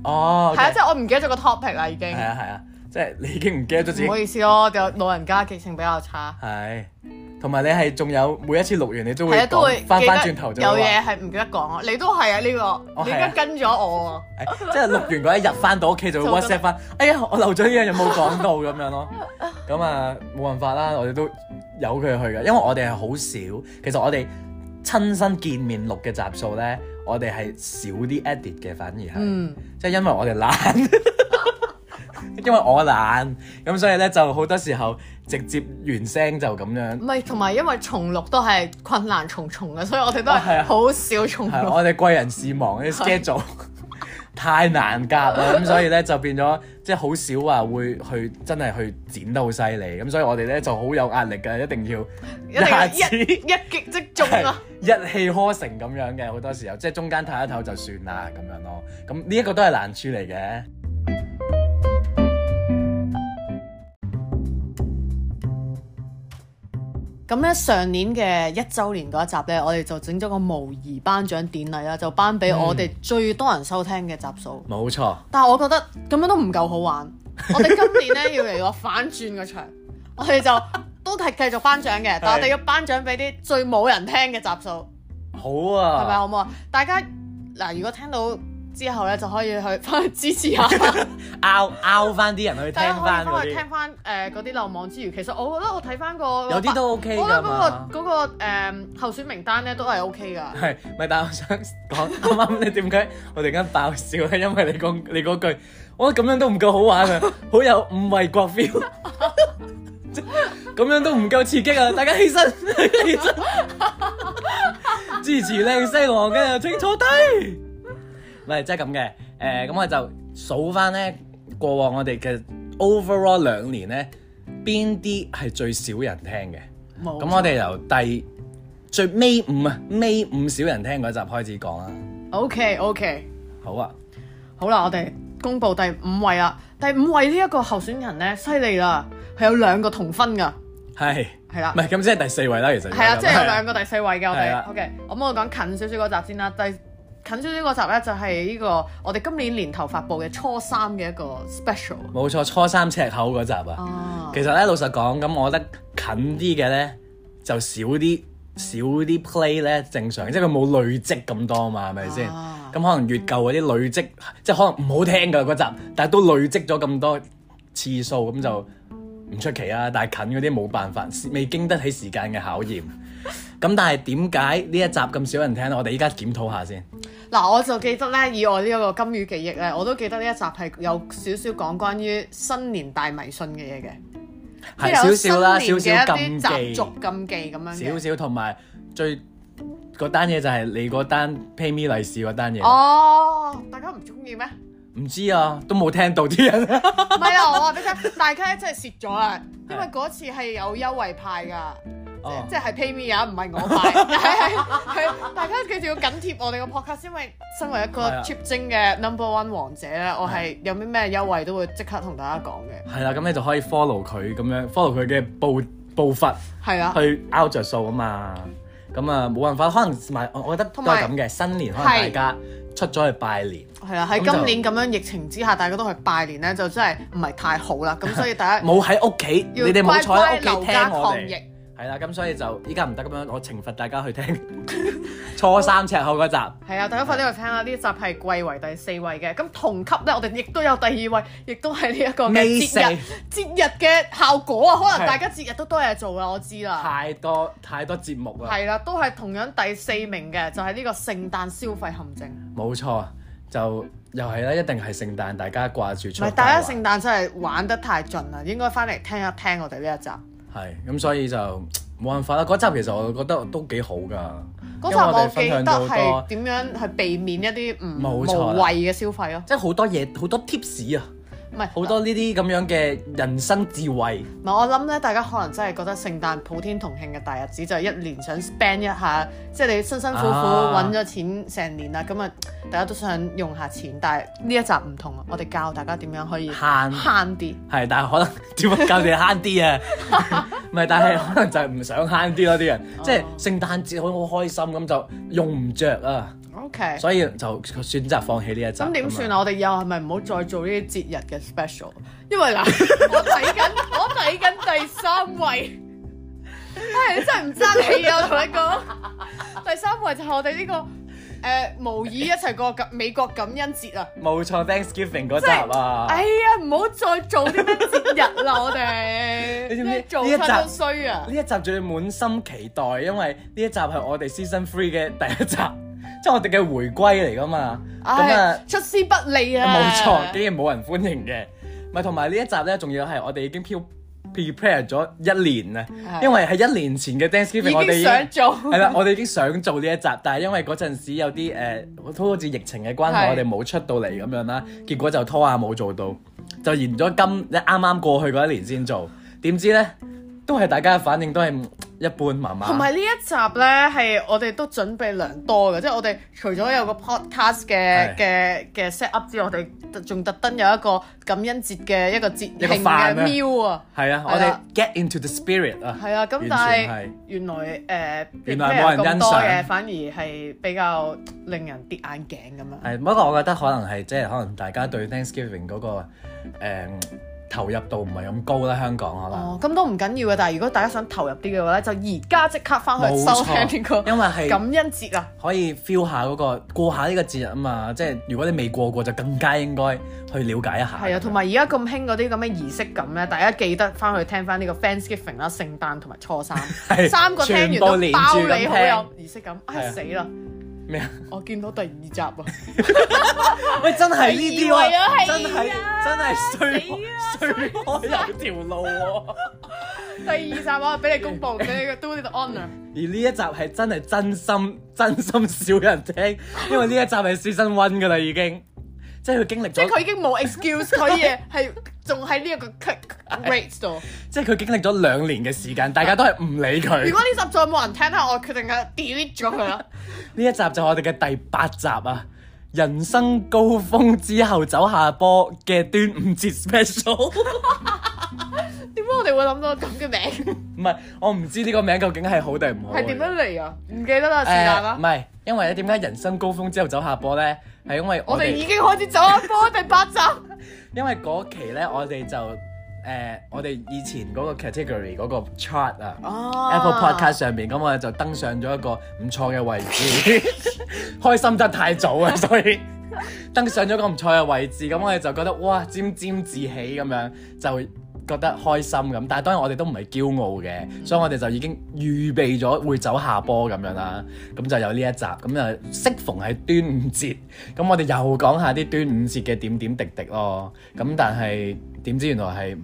Speaker 1: 哦，
Speaker 2: 係啊，即係我唔記得咗個 topic 啦，已
Speaker 1: 啊
Speaker 2: 經。
Speaker 1: 係啊係啊，即係你已經唔記得咗自己
Speaker 2: 唔好意思咯，我哋老人家記性比較差。
Speaker 1: 係同埋你係仲有每一次錄完你都會
Speaker 2: 係啊，都會
Speaker 1: 講翻
Speaker 2: 記得
Speaker 1: 翻轉頭就
Speaker 2: 有
Speaker 1: 會話
Speaker 2: 嘢係唔記得講啊！你都係啊呢個，
Speaker 1: 我
Speaker 2: 你
Speaker 1: 係啊
Speaker 2: 而家跟咗我啊！
Speaker 1: 誒哎即係錄完嗰一日翻到屋企就 會
Speaker 2: 就覺得
Speaker 1: WhatsApp 翻，哎呀，我漏咗呢樣嘢冇講到咁樣咯。咁啊，冇辦法啦，我哋都由佢去嘅，因為我哋係好少，其實我哋親身見面錄嘅集數咧，我哋係少啲 edit 嘅，反而係，
Speaker 2: 嗯
Speaker 1: 即係因為我哋懶， 因為我懶，咁所以咧就好多時候直接原聲就咁樣。
Speaker 2: 唔係，同埋因為重錄都係困難重重嘅，所以我哋都
Speaker 1: 哦係啊
Speaker 2: 係好少重
Speaker 1: 係啊
Speaker 2: 錄。
Speaker 1: 我哋貴人事 忙啲 schedule 太難夾啦，咁所以咧就變咗即係好少話會去真係去剪得好犀利，咁所以我哋咧就好有壓力嘅，一定要
Speaker 2: 一定
Speaker 1: 下
Speaker 2: 要
Speaker 1: 次
Speaker 2: 一一擊即中啊！
Speaker 1: 一氣呵成咁樣嘅，好多時候即係中間唞一唞就算啦咁樣咯，咁呢一個都係難處嚟嘅。
Speaker 2: 咁咧上年嘅一週年嗰一集咧，我哋就整咗個模擬頒獎典禮啦，就頒俾我
Speaker 1: 嗯
Speaker 2: 哋最多人收聽嘅集數。
Speaker 1: 冇錯，
Speaker 2: 但係我覺得咁樣都唔夠好玩。我哋今年咧要嚟個反轉個場，我哋就都係繼續頒獎嘅，但我哋要頒獎俾啲最冇人聽嘅集數，
Speaker 1: 好
Speaker 2: 係咪
Speaker 1: 啊，
Speaker 2: 好唔好啊？大家嗱，如果聽到之後咧，就可以去 翻去支持下，
Speaker 1: 拗拗翻啲人 去聽
Speaker 2: 大家可
Speaker 1: 翻
Speaker 2: 以
Speaker 1: 嗰
Speaker 2: 翻去聽
Speaker 1: 啲，
Speaker 2: 翻誒嗰啲漏網之魚。其實我覺得我睇翻個
Speaker 1: 有啲都 OK
Speaker 2: 我覺得
Speaker 1: 㗎
Speaker 2: 嗰
Speaker 1: 嘛。
Speaker 2: 個嗰個誒候選名單咧都係 OK 㗎。
Speaker 1: 係，咪但係我想講 啱啱你點解我突然間爆笑咧？因為你講你嗰句，我覺得咁樣都唔夠好玩啊，好有五衛國 feel，即係咁樣都唔夠刺激啊！大家起身， 起身，支持靚西王嘅請坐低。唔係，即係咁嘅。誒、咁我就數翻咧過往我哋嘅 overall 兩年咧，邊啲係最少人聽嘅？
Speaker 2: 冇
Speaker 1: 咁我啊哋由第最尾五啊，尾五少人聽嗰集開始講啦。
Speaker 2: OK OK。
Speaker 1: 好啊，
Speaker 2: 好啦，我哋公布第五位啦。第五位呢一個候選人呢，犀利啦，係有兩個同分噶，
Speaker 1: 係，
Speaker 2: 係啦
Speaker 1: 唔，係咁即係第四位啦，其實
Speaker 2: 啊係
Speaker 1: 如
Speaker 2: 啦，
Speaker 1: 果咁
Speaker 2: 即係
Speaker 1: 係
Speaker 2: 有
Speaker 1: 啊
Speaker 2: 兩個第四位嘅
Speaker 1: 係啊
Speaker 2: 我哋
Speaker 1: 啦。
Speaker 2: OK，咁我講近少少嗰集先啦。第近少少嗰集呢，就係呢個我哋今年年頭發布嘅初三嘅一個 special
Speaker 1: 冇錯，初三赤口嗰集啊。
Speaker 2: 啊。
Speaker 1: 其實咧，老實講，咁我覺得近啲嘅咧就少啲少啲 play 咧，正常，即係佢冇累積咁多嘛，係咪先？
Speaker 2: 啊
Speaker 1: 咁可能越舊嗰啲累積，即係可能唔好聽㗎嗰集，但係都累積咗咁多次數，咁就唔出奇啊。但係近嗰啲冇辦法，未經得起時間嘅考 驗。咁但係點解呢一集咁少人聽咧？我哋依家檢討下先。
Speaker 2: 嗱，我就記得呢，以我呢一個金魚記憶呢，我都記得呢一集係有少少講關於新年大迷信嘅嘢嘅，
Speaker 1: 係
Speaker 2: 即係
Speaker 1: 少
Speaker 2: 有
Speaker 1: 少啦，少
Speaker 2: 新
Speaker 1: 少
Speaker 2: 年嘅一
Speaker 1: 禁
Speaker 2: 啲習
Speaker 1: 忌，
Speaker 2: 俗禁忌咁樣嘅
Speaker 1: 少少同埋最嗰單嘢就係你嗰單 pay me 利是嗰單嘢。
Speaker 2: 哦，大家唔中意咩？
Speaker 1: 唔知啊，都冇聽到啲人。
Speaker 2: 唔係啊！我話俾你聽，大家真係蝕咗啊！因為嗰次係有優惠派㗎，
Speaker 1: 哦
Speaker 2: 即即係 PayMe 啊，唔係我 派。係係大家記住要緊貼我哋個 podcast，因為身為一個
Speaker 1: 係啊啊
Speaker 2: Chip 精嘅 Number One 王者咧，我係有啲咩優惠都會即刻同大家講嘅。
Speaker 1: 係啦，咁你就可以 follow 佢咁樣，follow 佢嘅步步伐。
Speaker 2: 係啊，
Speaker 1: 去 out 着數啊嘛。咁啊冇辦法，可能埋我我覺得都
Speaker 2: 同埋
Speaker 1: 係咁嘅。新年可能大
Speaker 2: 係
Speaker 1: 家出咗去拜年，
Speaker 2: 係啊，喺
Speaker 1: 咁就
Speaker 2: 今年咁樣疫情之下，大家都去拜年咧，就真係唔係太好啦。 咁所以大家
Speaker 1: 冇喺屋企，你
Speaker 2: 要
Speaker 1: 哋冇
Speaker 2: 乖
Speaker 1: 坐
Speaker 2: 乖
Speaker 1: 喺屋
Speaker 2: 留
Speaker 1: 企聽
Speaker 2: 家
Speaker 1: 我
Speaker 2: 抗疫
Speaker 1: 哋。。係啦，咁所以就依家唔得咁樣，我懲罰大家去聽 初三赤口嗰集。
Speaker 2: 係啊，大家快啲去聽啦！呢集係貴為第四位嘅，咁同級呢，我哋亦都有第二位，亦都係呢一個嘅
Speaker 1: 尾四
Speaker 2: 節日節日嘅效果啊！可
Speaker 1: 係
Speaker 2: 能大家節日都多嘢做啦，我知啦。
Speaker 1: 太多太多節目啦，
Speaker 2: 係啦，都係同樣第四名
Speaker 1: 嗯
Speaker 2: 嘅，就係呢個聖誕消費陷阱。
Speaker 1: 冇錯，就又係啦，一定係聖誕，大家掛住
Speaker 2: 唔
Speaker 1: 出
Speaker 2: 係，
Speaker 1: 街
Speaker 2: 大家
Speaker 1: 玩。
Speaker 2: 聖誕真係玩得太盡啦，應該翻嚟聽一聽我哋呢一集。
Speaker 1: 係咁，所以就冇辦法啦。嗰集其實我覺得都幾好㗎，
Speaker 2: 嗰集
Speaker 1: 因為
Speaker 2: 我
Speaker 1: 哋
Speaker 2: 記
Speaker 1: 分享
Speaker 2: 得
Speaker 1: 到好多
Speaker 2: 係點樣去避免一啲唔無
Speaker 1: 冇錯啦
Speaker 2: 謂嘅消費咯，
Speaker 1: 即係好多嘢，好多 tips 啊。
Speaker 2: 唔係
Speaker 1: 好多呢啲咁樣嘅人生智慧，
Speaker 2: 唔係，我諗咧，大家可能真係覺得聖誕普天同慶嘅大日子，就一年想 spend 一下，即係你辛辛苦苦
Speaker 1: 啊
Speaker 2: 揾咗錢成年啦，咁啊，大家都想用下錢，但係呢一集唔同啊，我哋教大家點樣可以
Speaker 1: 慳
Speaker 2: 慳啲。
Speaker 1: 係，但係可能 點解教你慳啲啊？ 唔係，但 係可能就係唔想慳啲咯，啲人
Speaker 2: 哦
Speaker 1: 即係聖誕節好好開心咁就用唔着啊，
Speaker 2: OK，
Speaker 1: 所以就選擇放棄呢一集。
Speaker 2: 咁點算
Speaker 1: 啊？
Speaker 2: 啊？我哋以後係咪唔好再做呢啲節日嘅 special？因為嗱，我睇緊，我睇緊第三位，唉，真係唔爭氣啊！我同你講，第三位就係我哋呢個誒模擬一齊過感美國感恩節啊！
Speaker 1: 冇錯，Thanksgiving 嗰集啊，
Speaker 2: 哎呀，唔好再做啲咩節日啦，我哋
Speaker 1: 你知唔知
Speaker 2: 真係做
Speaker 1: 呢一集
Speaker 2: 親都衰啊
Speaker 1: 呢！一集仲要滿心期待，因為呢一集係我哋 Season Three 嘅第一集， 即係我哋嘅回歸嚟噶嘛。咁啊
Speaker 2: 唉，，出師不利啊！
Speaker 1: 冇錯，竟然冇人歡迎嘅。咪同埋呢一集咧，仲要係我哋已經 pre prepare 咗一年啊，
Speaker 2: 係
Speaker 1: 因為喺一年前嘅
Speaker 2: 已
Speaker 1: Thanksgiving 我哋
Speaker 2: 經想做
Speaker 1: 係啦，我哋已經想做呢一集，但係因為嗰陣時有啲誒、呃好似疫情嘅關係，
Speaker 2: 係
Speaker 1: 我哋冇出到嚟咁樣啦，結果就拖下冇做到，就延咗今啱啱過去嗰一年先做。點知呢，都係大家嘅反應都係嗯一般麻麻。
Speaker 2: 同埋呢一集呢，係我哋都準備良多嘅，即係我哋除咗有個 podcast 嘅
Speaker 1: 係
Speaker 2: 嘅嘅 set up 之外，我哋特仲特登有一個感恩節嘅一個節
Speaker 1: 一個
Speaker 2: 慶
Speaker 1: 飯啊
Speaker 2: 嘅 meal 啊，
Speaker 1: 係啊，我
Speaker 2: 係
Speaker 1: 哋
Speaker 2: 啦
Speaker 1: get into the spirit 啊，
Speaker 2: 係啊，咁
Speaker 1: 完全
Speaker 2: 但係
Speaker 1: 係
Speaker 2: 原來誒
Speaker 1: 原來冇人欣賞
Speaker 2: 咁多嘅，反而係比較令人跌眼鏡咁樣。
Speaker 1: 係不過我覺得可能係即係可能大家對 Thanksgiving 嗰、個、呃投入度唔係咁高啦，香港可能。
Speaker 2: 哦，咁都唔緊要嘅，但係如果大家想投入啲嘅話呢，就而家即刻翻去
Speaker 1: 冇
Speaker 2: 哦收
Speaker 1: 錯
Speaker 2: 聽呢個
Speaker 1: 因為係
Speaker 2: 感恩節啊！
Speaker 1: 可以 feel 下嗰、個過下呢個節日啊嘛，即係如果你未過過就更加應該去了解一下。
Speaker 2: 係啊，同埋而家咁興嗰啲咁嘅儀式感咧，大家記得翻去聽翻呢個 Thanksgiving 啦、聖誕同埋初三，
Speaker 1: 係
Speaker 2: 三個聽完
Speaker 1: 全
Speaker 2: 都
Speaker 1: 部
Speaker 2: 包你
Speaker 1: 連住
Speaker 2: 好
Speaker 1: 咁聽
Speaker 2: 有儀式感。唉
Speaker 1: 係啊
Speaker 2: 死啦！
Speaker 1: 咩啊？
Speaker 2: 我見到第二集啊，
Speaker 1: 喂，真係呢啲
Speaker 2: 係以為啊
Speaker 1: 喎，
Speaker 2: 係
Speaker 1: 真係
Speaker 2: 啊
Speaker 1: 真係衰
Speaker 2: 死啊
Speaker 1: 衰開有條路喎、
Speaker 2: 第二集啊，俾你公佈，俾你 do 呢個 honour。
Speaker 1: 而呢一集係真係真心真心少人聽，因為呢一集係 season one 噶啦已經，即係佢經歷
Speaker 2: 即係
Speaker 1: 咗
Speaker 2: 佢已經冇 excuse，佢嘢係仲喺呢一個 click rate 度。
Speaker 1: 即係佢經歷咗兩年嘅時間，大家都係唔理佢
Speaker 2: 如。果呢集再冇人聽咧，我決定係 delete 咗佢啦。
Speaker 1: 呢一集就係我哋嘅第八集啊！人生高峰之後走下坡嘅端午節 special，
Speaker 2: 點解我哋會諗到咁嘅名？
Speaker 1: 唔係我唔知呢個名究竟係好定唔好啊。
Speaker 2: 係點樣嚟啊？唔記得啦，是但
Speaker 1: 誒？
Speaker 2: 啦
Speaker 1: 唔。係，因為咧點解人生高峰之後走下坡咧？係因為
Speaker 2: 我
Speaker 1: 我
Speaker 2: 哋已
Speaker 1: 哋
Speaker 2: 經開始走下坡第八集。
Speaker 1: 因為嗰期咧，我哋就誒、我哋以前嗰個 category 嗰個 chart 啊。
Speaker 2: 哦
Speaker 1: Apple Podcast 上面咁我就登上咗一個唔錯嘅位 置，開心得太早啊， 所以登上咗個唔錯嘅位置，咁我哋就覺得哇沾沾自喜咁樣，就覺得開心咁。但係當然我哋都唔係驕傲嘅，
Speaker 2: 嗯
Speaker 1: 所以我哋就已經預備咗會走下坡咁樣啦。咁就有呢一集，咁啊適逢係端午節，咁我哋又講下啲端午節嘅點點滴滴咯。咁但係點知原來係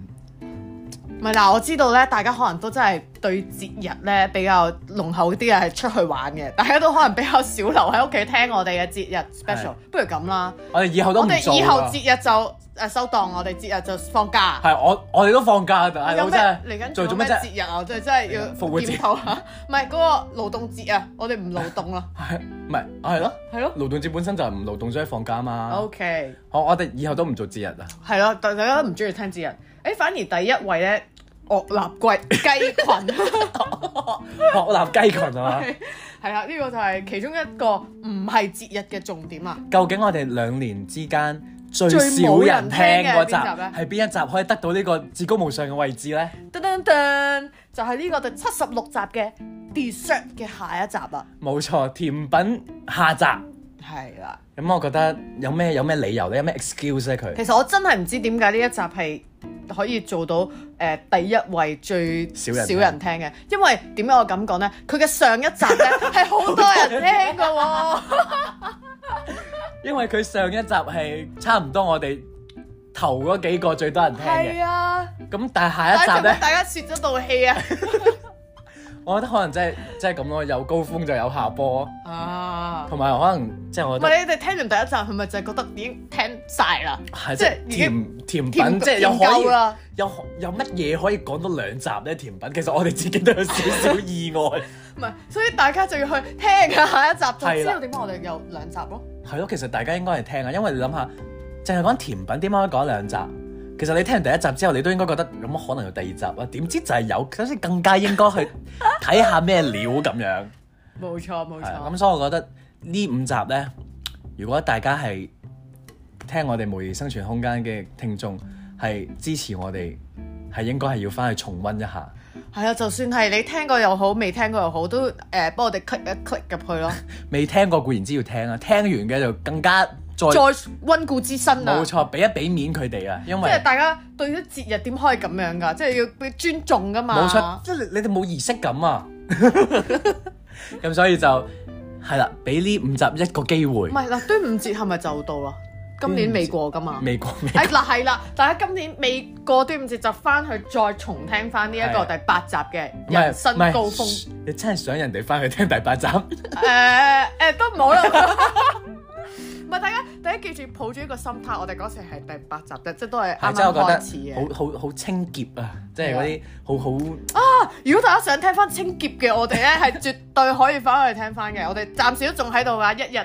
Speaker 2: 唔係嗱，我知道咧，大家可能都真係對節日咧比較濃厚啲嘅係出去玩嘅，大家都可能比較少留喺屋企聽我哋嘅節日 special。不如咁啦，
Speaker 1: 我哋以後都
Speaker 2: 我
Speaker 1: 唔
Speaker 2: 哋
Speaker 1: 做啊
Speaker 2: 以後
Speaker 1: 啦
Speaker 2: 節日就誒、收檔，我哋節日就放假。
Speaker 1: 係我我哋都放假，大佬真
Speaker 2: 有咩
Speaker 1: 係
Speaker 2: 嚟緊
Speaker 1: 做做
Speaker 2: 仲有
Speaker 1: 咩
Speaker 2: 咩
Speaker 1: 啫？
Speaker 2: 節日啊？我真係真係要
Speaker 1: 復活節
Speaker 2: 檢討下，唔係嗰個勞動節啊，我哋唔勞動 啦，
Speaker 1: 係唔係係咯？
Speaker 2: 係咯。
Speaker 1: 勞動節本身就係唔勞動所以放假啊嘛。
Speaker 2: OK，
Speaker 1: 我我哋以後都唔做節日啦。啊
Speaker 2: 係咯，大大家都唔中意聽節日，誒反而第一位咧惡立貴雞群。
Speaker 1: 學立雞群啊嘛。
Speaker 2: 係啦，呢個就係其中一個唔係節日嘅重點啊！
Speaker 1: 究竟我哋兩年之間最
Speaker 2: 最
Speaker 1: 少
Speaker 2: 冇
Speaker 1: 人
Speaker 2: 人
Speaker 1: 聽
Speaker 2: 聽
Speaker 1: 嗰
Speaker 2: 嘅
Speaker 1: 集係邊一集可以得到呢個至高無上嘅位置咧？
Speaker 2: 噔噔噔，就係呢個第七十六集嘅 dessert 嘅下一集啊啦。
Speaker 1: 冇錯，甜品下集。
Speaker 2: 係啦，
Speaker 1: 咁我覺得有咩有咩理由咧？有咩 excuse 咧？佢
Speaker 2: 其實我真係唔知點解呢一集係可以做到誒、呃第一位最
Speaker 1: 少人聽
Speaker 2: 少人聽嘅，因為點解我咁講呢？佢嘅上一集呢 係好多人聽嘅喎，
Speaker 1: 因為佢上一集係差唔多我哋頭嗰幾個最多人聽嘅
Speaker 2: 係。啊，
Speaker 1: 咁但係下
Speaker 2: 大
Speaker 1: 一
Speaker 2: 家
Speaker 1: 集咧？
Speaker 2: 大家泄咗道氣啊！
Speaker 1: 我覺得可能真係真係咁咯，有高峰就有下坡，
Speaker 2: 啊，
Speaker 1: 同埋可能即係我
Speaker 2: 唔
Speaker 1: 覺得
Speaker 2: 係你哋聽完第一集係咪就係覺得已經聽晒啦？
Speaker 1: 係即
Speaker 2: 即係
Speaker 1: 係
Speaker 2: 已
Speaker 1: 甜
Speaker 2: 經
Speaker 1: 甜
Speaker 2: 甜
Speaker 1: 品，即係又
Speaker 2: 甜夠
Speaker 1: 可
Speaker 2: 啦
Speaker 1: 以有有乜嘢可以講到兩集咧？甜品其實我哋自己都有少少意外，
Speaker 2: 唔係，所以大家就要去聽下下一集，就
Speaker 1: 係
Speaker 2: 知
Speaker 1: 啦
Speaker 2: 道點解我哋有兩集咯。
Speaker 1: 係咯。其實大家應該係聽啊，因為你諗下，淨係講甜品點解可以講兩集？其實你聽完第一集之後，你都應該覺得有乜可能有第二集啊？點知就係有，所以更加應該去睇下咩料咁樣。
Speaker 2: 冇錯冇
Speaker 1: 係啊咁所以我覺得呢五集呢，如果大家係聽我哋無疑生存
Speaker 2: 嗯
Speaker 1: 空間嘅聽眾，係支持我哋，係應該係要翻去重温一下。
Speaker 2: 係啊，就算係你聽過又好，未聽過又好，都誒、呃、幫我哋 click 一 click 入去咯，
Speaker 1: 未聽過固然之要聽啊，聽完嘅就更加再
Speaker 2: 再温故知新啊
Speaker 1: 冇！錯，俾一俾面佢哋啊，因
Speaker 2: 即
Speaker 1: 為
Speaker 2: 係大家對於節日點可以咁樣㗎？即係要要尊重㗎嘛。
Speaker 1: 冇錯，即係你你哋冇儀式感啊。 咁所以就係啦，俾呢五集一個機會
Speaker 2: 唔，係嗱，端午節係咪就到啦？今年未過㗎嘛。
Speaker 1: 未過未
Speaker 2: 哎嗱係啦，大家今年未過端午節就翻去再重聽翻呢一個
Speaker 1: 係啊
Speaker 2: 第八集嘅
Speaker 1: 唔係
Speaker 2: 人生
Speaker 1: 唔係
Speaker 2: 高峰。
Speaker 1: 噓你真係想人哋翻去聽第八集？
Speaker 2: 誒誒都唔好啦。唔係大家，大家記住抱住一個心態，我哋嗰時係第八集啫，即係都係啱
Speaker 1: 係真係
Speaker 2: 啱
Speaker 1: 我
Speaker 2: 開始嘅
Speaker 1: 覺。得好好好清潔啊，即係嗰啲好好
Speaker 2: 如果大家想聽翻清潔嘅，我哋咧係絕對可以翻去聽翻嘅。我哋暫時都仲喺度㗎，一日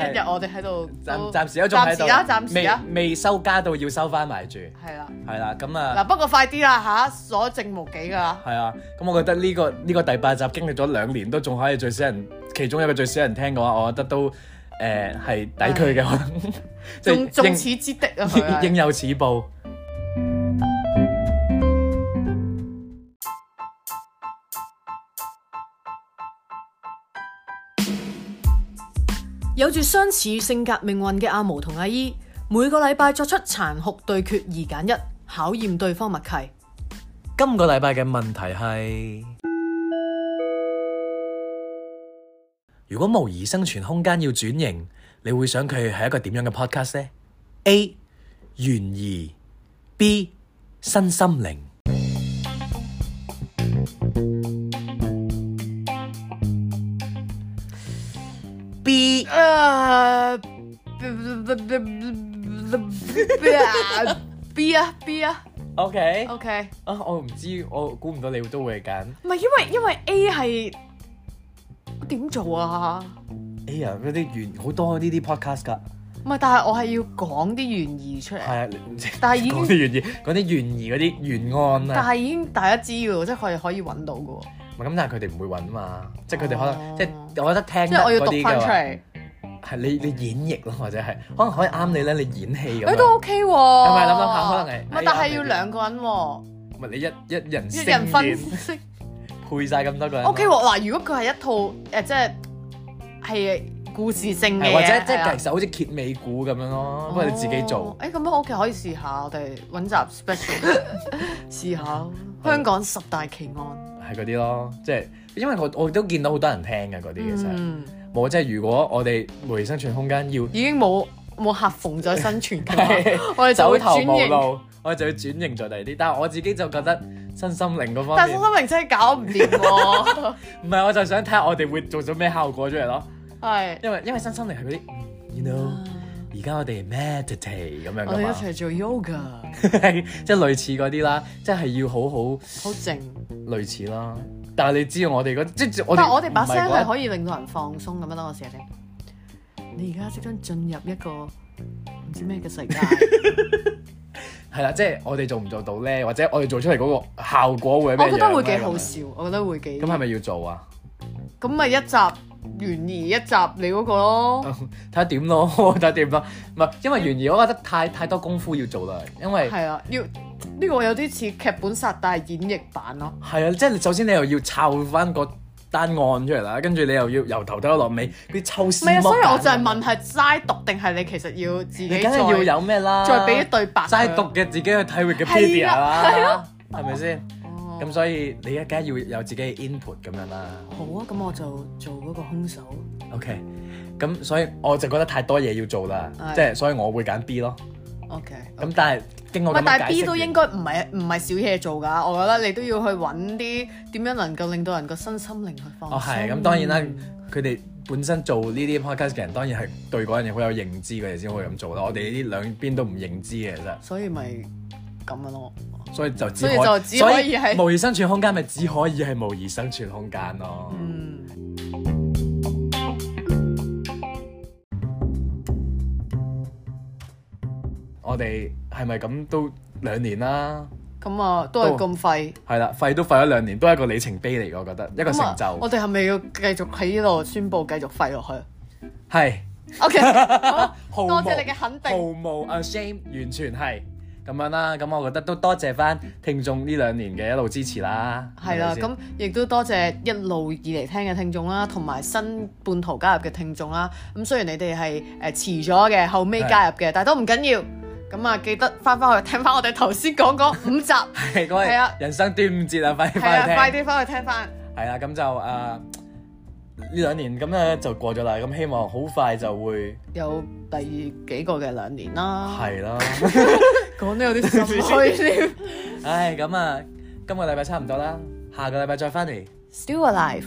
Speaker 1: 係
Speaker 2: 一日我哋喺度都。
Speaker 1: 暫暫時都仲喺
Speaker 2: 暫時啊，暫
Speaker 1: 度，
Speaker 2: 時
Speaker 1: 未
Speaker 2: 啊，
Speaker 1: 未收加到要收翻埋住，
Speaker 2: 係啦。
Speaker 1: 係啦，咁啊。
Speaker 2: 嗱，不過快啲啦嚇，所剩無幾㗎啦。
Speaker 1: 係啊，咁我覺得呢、個呢、個第八集經歷咗兩年都仲可以最少人，其中一個最少人聽嘅話，我覺得都誒係、抵佢嘅，可能 即
Speaker 2: 仲仲
Speaker 1: 係
Speaker 2: 此之的啊！佢
Speaker 1: 應
Speaker 2: 係
Speaker 1: 應有此報。
Speaker 2: 有住相似性格命運嘅阿毛同阿姨，每個禮拜作出殘酷對決二揀一，考驗對方默契。
Speaker 1: 今個禮拜嘅問題係：如果模擬生存空間要轉型，你會想佢係一個點樣嘅 podcast 呢 a 懸疑，B 身心靈。B
Speaker 2: 誒，B 啊 B 啊
Speaker 1: OK
Speaker 2: ，OK，
Speaker 1: 啊，我唔知，我估唔到你都會揀
Speaker 2: 唔係因為因為 A 係點做啊？
Speaker 1: A 啊，嗰啲懸好多呢啲 podcast 㗎，
Speaker 2: 唔係，但係我係要講啲懸疑出嚟，
Speaker 1: 係啊，你唔知
Speaker 2: 嗯但係已
Speaker 1: 講啲
Speaker 2: 經
Speaker 1: 懸疑，講啲懸疑嗰啲懸案
Speaker 2: 但
Speaker 1: 啊，
Speaker 2: 係已經大家知嘅喎，即係佢哋可以揾到嘅喎，
Speaker 1: 唔係咁，但係佢哋唔會揾嘛，即係佢哋可能、
Speaker 2: 哦
Speaker 1: 即係我覺得聽
Speaker 2: 即係我要
Speaker 1: 得嗰
Speaker 2: 讀
Speaker 1: 啲
Speaker 2: 翻
Speaker 1: 嘅
Speaker 2: 出
Speaker 1: 話，
Speaker 2: 嚟，
Speaker 1: 係你你演繹咯，或者係可能可以啱你咧，你演戲咁
Speaker 2: 誒
Speaker 1: 樣，
Speaker 2: 都 OK 喎，
Speaker 1: 係
Speaker 2: 係
Speaker 1: 咪諗諗下可能係
Speaker 2: 唔係，但係要兩個人喎，
Speaker 1: 唔係你一一人
Speaker 2: 一
Speaker 1: 聲
Speaker 2: 人分
Speaker 1: 演
Speaker 2: 析。
Speaker 1: 配晒咁多個人
Speaker 2: O K 喎，嗱，如果佢係一套誒，即係係故事性嘅
Speaker 1: 係
Speaker 2: 嘢，
Speaker 1: 或者即
Speaker 2: 係啊
Speaker 1: 係其實好似揭尾股咁樣咯，不過你自己做
Speaker 2: 哦。誒咁樣我屋企可以試下，我哋揾集 special 試下香港十大奇案。
Speaker 1: 係嗰啲咯，即係因為我我都見到好多人聽嘅嗰啲其實，
Speaker 2: 嗯，
Speaker 1: 冇即係如果我哋回生存空間要
Speaker 2: 已經冇冇客逢再生存 㗎
Speaker 1: 係
Speaker 2: 啦，我哋就
Speaker 1: 走
Speaker 2: 會
Speaker 1: 投無
Speaker 2: 轉型。
Speaker 1: 路，我哋就要轉型做第二啲，但係我自己就覺得身心靈嗰方
Speaker 2: 但係
Speaker 1: 面
Speaker 2: 心。明真係搞唔掂喎，
Speaker 1: 唔係，我就想睇下我哋會做咗咩效果出嚟咯。
Speaker 2: 係。
Speaker 1: 因為因為身心靈係嗰啲嗯，you know，而家我哋 meditate 咁樣
Speaker 2: 啊我
Speaker 1: 噶
Speaker 2: 哋一
Speaker 1: 嘛，
Speaker 2: 齊做 yoga，
Speaker 1: 即係類似嗰啲啦，即係要好好
Speaker 2: 好靜。
Speaker 1: 類似啦。但係你知道我哋嗰即係我
Speaker 2: 但
Speaker 1: 哋，
Speaker 2: 係我哋把聲係可
Speaker 1: 以
Speaker 2: 以令到人放鬆咁樣咯，我試下聽。你而家即將進入一個唔知咩 嘅世界，
Speaker 1: 係啦，即係我哋做唔做到咧，或者我哋做出嚟嗰個效果會係
Speaker 2: 我
Speaker 1: 咩
Speaker 2: 覺得會
Speaker 1: 樣
Speaker 2: 幾
Speaker 1: 呢
Speaker 2: 好
Speaker 1: 咁樣
Speaker 2: 笑，我覺得會幾。
Speaker 1: 咁係咪要做啊？
Speaker 2: 咁咪一集懸疑一集你嗰個咯，
Speaker 1: 睇下點咯， 睇下點咯。唔係因為懸疑，我覺得太太多功夫要做啦，因為。
Speaker 2: 係啊，要呢個有啲似劇本殺，但係演繹版咯。
Speaker 1: 係啊，即係你首先你又要抄翻個單案出嚟啦，跟住你又要由頭睇到落尾，啲抽
Speaker 2: 唔
Speaker 1: 絲
Speaker 2: 係啊，
Speaker 1: 剝繭
Speaker 2: 所以我就係問係齋讀定係你其實要自己
Speaker 1: 你梗係
Speaker 2: 再
Speaker 1: 要有咩啦？
Speaker 2: 再俾一對白佢
Speaker 1: 齋讀嘅自己去睇 Wikipedia 啦，
Speaker 2: 係啊
Speaker 1: 係咪先？
Speaker 2: 哦
Speaker 1: 咁所以你一梗係要有自己嘅 input 咁樣啦。
Speaker 2: 好啊，咁我就做嗰個兇手。
Speaker 1: OK，咁所以我就覺得太多嘢要做啦，
Speaker 2: 係
Speaker 1: 即係所以我會揀 B 咯。
Speaker 2: OK，
Speaker 1: 咁但係經
Speaker 2: 唔
Speaker 1: 過咁
Speaker 2: 係，
Speaker 1: 樣
Speaker 2: 但係
Speaker 1: 解釋
Speaker 2: B 都
Speaker 1: 完
Speaker 2: 應該唔係唔係少嘢做㗎，我覺得你都要去揾啲點樣能夠令到人個身心靈去放鬆。
Speaker 1: 哦，係咁，當然啦，佢哋本身做呢啲 podcast 嘅人，當然係對嗰樣嘢好有認知，佢哋先會咁
Speaker 2: 嗯
Speaker 1: 做啦。我哋呢兩邊都唔認知嘅，其實，
Speaker 2: 所以咪咁樣咯。
Speaker 1: 所以就只
Speaker 2: 所以
Speaker 1: 可
Speaker 2: 就只可以
Speaker 1: 所
Speaker 2: 係
Speaker 1: 無疑生存空間，咪只可以係無疑生存空間咯。
Speaker 2: 嗯，
Speaker 1: 我哋係咪咁都兩年啦？
Speaker 2: 咁啊，都係
Speaker 1: 都
Speaker 2: 咁廢。
Speaker 1: 係啦，廢都廢咗兩年，都係一個里程碑嚟嘅，我覺得一個成
Speaker 2: 咁啊
Speaker 1: 就
Speaker 2: 我哋係咪要繼續喺呢度宣佈繼續廢落去
Speaker 1: 係。
Speaker 2: ？OK，好，
Speaker 1: 毫無
Speaker 2: 多謝你嘅肯定
Speaker 1: 毫無 ashamed，完全係。咁樣啦。咁我覺得都多謝翻聽眾呢兩年嘅一路支持啦。
Speaker 2: 係啦，
Speaker 1: 係咪先
Speaker 2: 咁亦都多謝一路以嚟聽嘅聽眾啦，同埋新半途加入嘅聽眾啦。咁雖然你哋係誒遲咗嘅，後尾加入嘅，但係都唔緊要。咁啊，記得翻翻去聽 翻我哋頭先講嗰五集，係
Speaker 1: 係各位
Speaker 2: 係啊
Speaker 1: 人生端午節啊，快啲翻
Speaker 2: 啊，
Speaker 1: 去聽。
Speaker 2: 快啲翻去聽翻。
Speaker 1: 係啦，咁就誒呢兩年咁咧就過咗啦，咁希望好快就會
Speaker 2: 有第二幾個嘅兩年啦，
Speaker 1: 係啦。
Speaker 2: 講得有啲心 虛添。
Speaker 1: 唉，咁啊，今個禮拜差唔多啦，下個禮拜再翻嚟。
Speaker 2: Still alive。